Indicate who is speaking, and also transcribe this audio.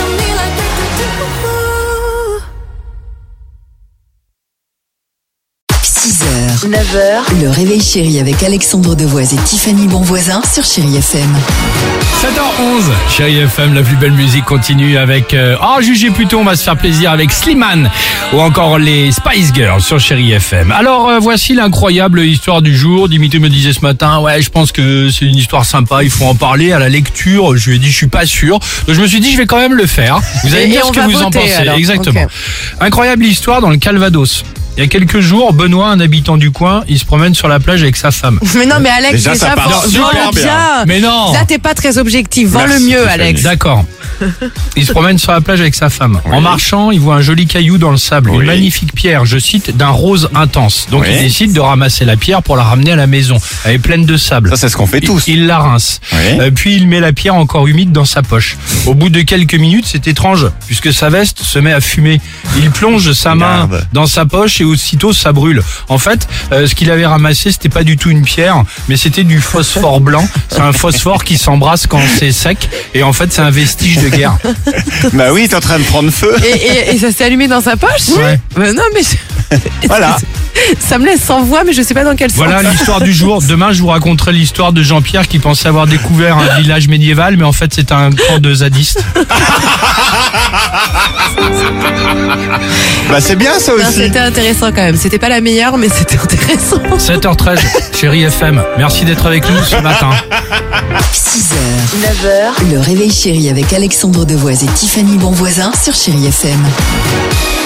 Speaker 1: on me like we could do.
Speaker 2: 6h, 9h, le réveil chéri avec Alexandre Devoise et Tiffany Bonvoisin sur Chérie FM.
Speaker 3: 7h11, chérie FM, la plus belle musique continue avec... Euh, oh, jugez plutôt, on va se faire plaisir avec Slimane ou encore les Spice Girls sur chérie FM. Alors, euh, voici l'incroyable histoire du jour. Dimitri me disait ce matin, ouais, je pense que c'est une histoire sympa, il faut en parler à la lecture. Je lui ai dit, je suis pas sûr. Donc, je me suis dit, je vais quand même le faire. Vous allez
Speaker 4: Et
Speaker 3: me dire
Speaker 4: on
Speaker 3: ce que
Speaker 4: va
Speaker 3: vous en
Speaker 4: voter,
Speaker 3: pensez.
Speaker 4: alors.
Speaker 3: Exactement.
Speaker 4: Ok.
Speaker 3: Incroyable histoire dans le Calvados. Il y a quelques jours, Benoît, un habitant du coin, il se promène sur la plage avec sa femme.
Speaker 4: Mais non, mais Alex,
Speaker 5: Déjà,
Speaker 4: déjà,
Speaker 5: ça part
Speaker 4: vends-
Speaker 5: super
Speaker 4: vends-le
Speaker 5: bien.
Speaker 3: Mais non
Speaker 4: Là, t'es pas très objectif. Vends le
Speaker 5: Merci,
Speaker 4: mieux,
Speaker 5: Stéphanie.
Speaker 4: Alex.
Speaker 3: D'accord. Il se promène sur la plage avec sa femme. En marchant, il voit un joli caillou dans le sable, une
Speaker 5: Oui.
Speaker 3: magnifique pierre, je cite, d'un rose intense. Donc
Speaker 5: Oui.
Speaker 3: il décide de ramasser la pierre pour la ramener à la maison. Elle est pleine de sable.
Speaker 5: Ça, c'est ce qu'on fait
Speaker 3: Il-
Speaker 5: tous.
Speaker 3: Il, la rince.
Speaker 5: Oui.
Speaker 3: Euh, puis il met la pierre encore humide dans sa poche. Au bout de quelques minutes, c'est étrange, puisque sa veste se met à fumer. Il plonge sa main
Speaker 5: Merde.
Speaker 3: dans sa poche et aussitôt ça brûle. En fait, euh, ce qu'il avait ramassé, c'était pas du tout une pierre, mais c'était du phosphore blanc. C'est un phosphore qui s'embrasse quand c'est sec. Et en fait, c'est un vestige de guerre.
Speaker 5: Bah oui, t'es en train de prendre feu.
Speaker 4: Et, et- et ça s'est allumé dans sa poche
Speaker 3: Ouais.
Speaker 4: Mais non, mais je-
Speaker 5: Voilà.
Speaker 4: ça me laisse sans voix, mais je sais pas dans quel sens.
Speaker 3: Voilà l'histoire du jour. Demain, je vous raconterai l'histoire de Jean-Pierre qui pensait avoir découvert un village médiéval, mais en fait, c'est un camp de zadistes.
Speaker 5: Bah c'est bien ça
Speaker 4: Non,
Speaker 5: aussi.
Speaker 4: C'était intéressant quand même. C'était pas la meilleure, mais c'était intéressant.
Speaker 3: 7h13, chérie FM. Merci d'être avec nous ce matin.
Speaker 2: 6h, 9h, le réveil chéri avec Alexandre Devoise et Tiffany Bonvoisin sur Chérie FM.